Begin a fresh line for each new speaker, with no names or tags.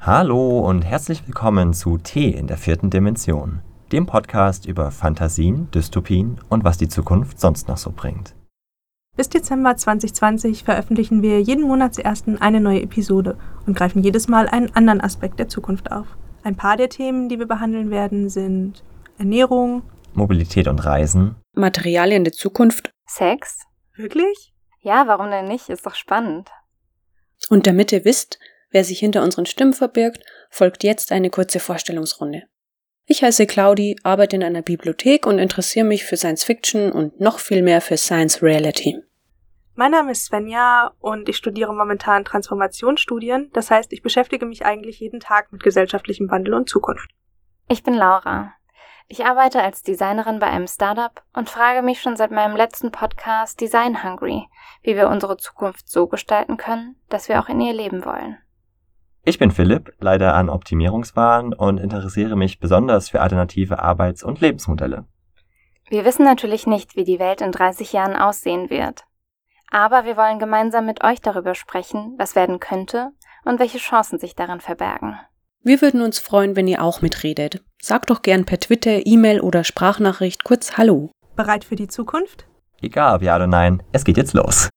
Hallo und herzlich willkommen zu T in der vierten Dimension, dem Podcast über Fantasien, Dystopien und was die Zukunft sonst noch so bringt.
Bis Dezember 2020 veröffentlichen wir jeden Monatsersten eine neue Episode und greifen jedes Mal einen anderen Aspekt der Zukunft auf. Ein paar der Themen, die wir behandeln werden, sind Ernährung.
Mobilität und Reisen,
Materialien der Zukunft.
Sex?
Wirklich?
Ja, warum denn nicht? Ist doch spannend.
Und damit ihr wisst, wer sich hinter unseren Stimmen verbirgt, folgt jetzt eine kurze Vorstellungsrunde. Ich heiße Claudi, arbeite in einer Bibliothek und interessiere mich für Science Fiction und noch viel mehr für Science Reality.
Mein Name ist Svenja und ich studiere momentan Transformationsstudien. Das heißt, ich beschäftige mich eigentlich jeden Tag mit gesellschaftlichem Wandel und Zukunft.
Ich bin Laura. Ich arbeite als Designerin bei einem Startup und frage mich schon seit meinem letzten Podcast Design Hungry, wie wir unsere Zukunft so gestalten können, dass wir auch in ihr leben wollen.
Ich bin Philipp, leider an Optimierungswahn und interessiere mich besonders für alternative Arbeits- und Lebensmodelle.
Wir wissen natürlich nicht, wie die Welt in 30 Jahren aussehen wird. Aber wir wollen gemeinsam mit euch darüber sprechen, was werden könnte und welche Chancen sich darin verbergen.
Wir würden uns freuen, wenn ihr auch mitredet. Sagt doch gern per Twitter, E-Mail oder Sprachnachricht kurz Hallo.
Bereit für die Zukunft?
Egal ob ja oder nein, es geht jetzt los.